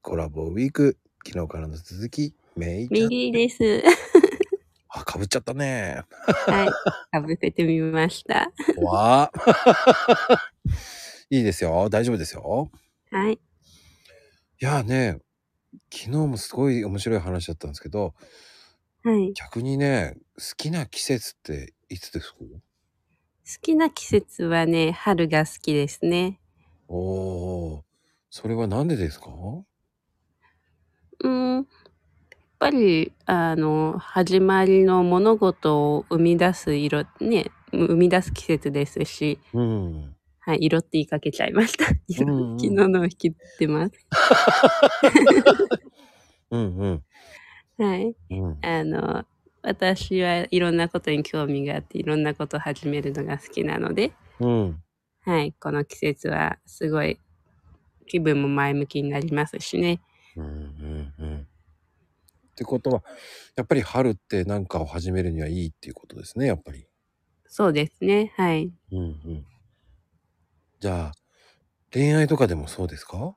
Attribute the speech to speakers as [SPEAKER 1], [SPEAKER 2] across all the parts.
[SPEAKER 1] コラボウィーク、昨日からの続き、メイちゃ
[SPEAKER 2] ミ
[SPEAKER 1] ん。
[SPEAKER 2] リーです。
[SPEAKER 1] あ、かぶっちゃったね。
[SPEAKER 2] はい。かぶせてみました。
[SPEAKER 1] わあ。 いいですよ。大丈夫ですよ。
[SPEAKER 2] はい。
[SPEAKER 1] いやーね、昨日もすごい面白い話だったんですけど、
[SPEAKER 2] はい。好
[SPEAKER 1] 逆にね、好きな季節っていつですか
[SPEAKER 2] きな季節はね、春が好きですね。
[SPEAKER 1] おおー、それはなんでですか
[SPEAKER 2] うん。やっぱり、あの、始まりの物事を生み出す色、ね、生み出す季節ですし、
[SPEAKER 1] うん。
[SPEAKER 2] はい、色って言いかけちゃいました。色
[SPEAKER 1] うんうん
[SPEAKER 2] 昨日のを引きずってます。
[SPEAKER 1] うんうん。
[SPEAKER 2] はい。
[SPEAKER 1] うん、
[SPEAKER 2] あの、私はいろんなことに興味があって、いろんなことを始めるのが好きなので、
[SPEAKER 1] うん、
[SPEAKER 2] はい、この季節はすごい気分も前向きになりますしね。
[SPEAKER 1] うん、うん、うん。ってことは、やっぱり春って何かを始めるにはいいっていうことですね、やっぱり。
[SPEAKER 2] そうですね。はい。
[SPEAKER 1] うん、うん。じゃあ、恋愛とかでもそうですか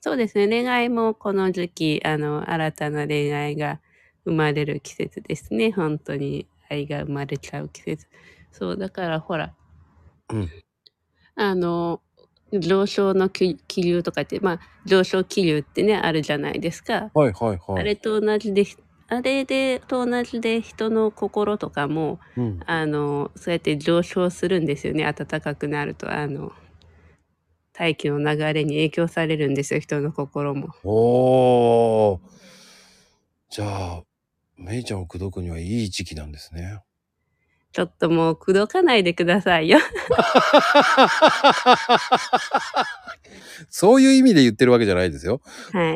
[SPEAKER 2] そうですね。恋愛もこの時期、あの、新たな恋愛が生まれる季節ですね。本当に愛が生まれちゃう季節。そう、だからほら、
[SPEAKER 1] うん
[SPEAKER 2] あの、上昇の気気流とかって、まあ、上昇気流ってね、あるじゃないですか。
[SPEAKER 1] はい、はい、
[SPEAKER 2] あ
[SPEAKER 1] はい。
[SPEAKER 2] れと同じで、あれで、と同じで人の心とかも、
[SPEAKER 1] うん、
[SPEAKER 2] あのそうやって上昇するんですよね暖かくなるとあの大気の流れに影響されるんですよ人の心も
[SPEAKER 1] おー。じゃあ、めいちゃんを口説くにはいい時期なんですね。
[SPEAKER 2] ちょっともう口説かないでくださいよ
[SPEAKER 1] そういう意味で言ってるわけじゃないですよ。
[SPEAKER 2] はい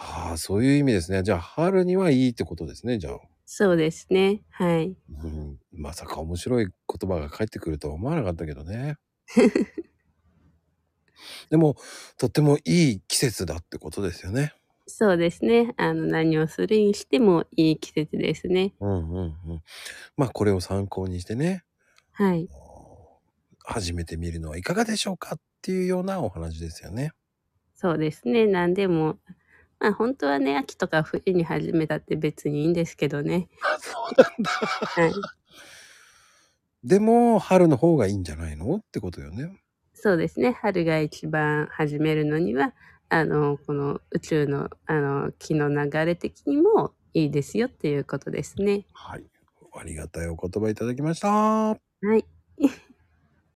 [SPEAKER 1] はあ、そういう意味ですね。じゃあ、春にはいいってことですね、じゃあ。
[SPEAKER 2] そうですねはい
[SPEAKER 1] うん、まさか面白い言葉が返ってくるとは思わなかったけどね。 でも、とってもいい季節だってことですよね。
[SPEAKER 2] そうですねあの何をするにしてもいい季節ですね
[SPEAKER 1] うんうんうん。まあ、これを参考にしてね、
[SPEAKER 2] はい
[SPEAKER 1] 始めてみるのはいかがでしょうかっていうようなお話ですよね。
[SPEAKER 2] そうですね何でもまあ本当はね秋とか冬に始めたって別にいいんですけどね
[SPEAKER 1] そうなんだ。
[SPEAKER 2] はい
[SPEAKER 1] でも、春の方がいいんじゃないのってことよね。
[SPEAKER 2] そうですね春が一番始めるのにはあのこの宇宙のあの気の流れ的にもいいですよっていうことですね。
[SPEAKER 1] はい。ありがたいお言葉いただきました。
[SPEAKER 2] はい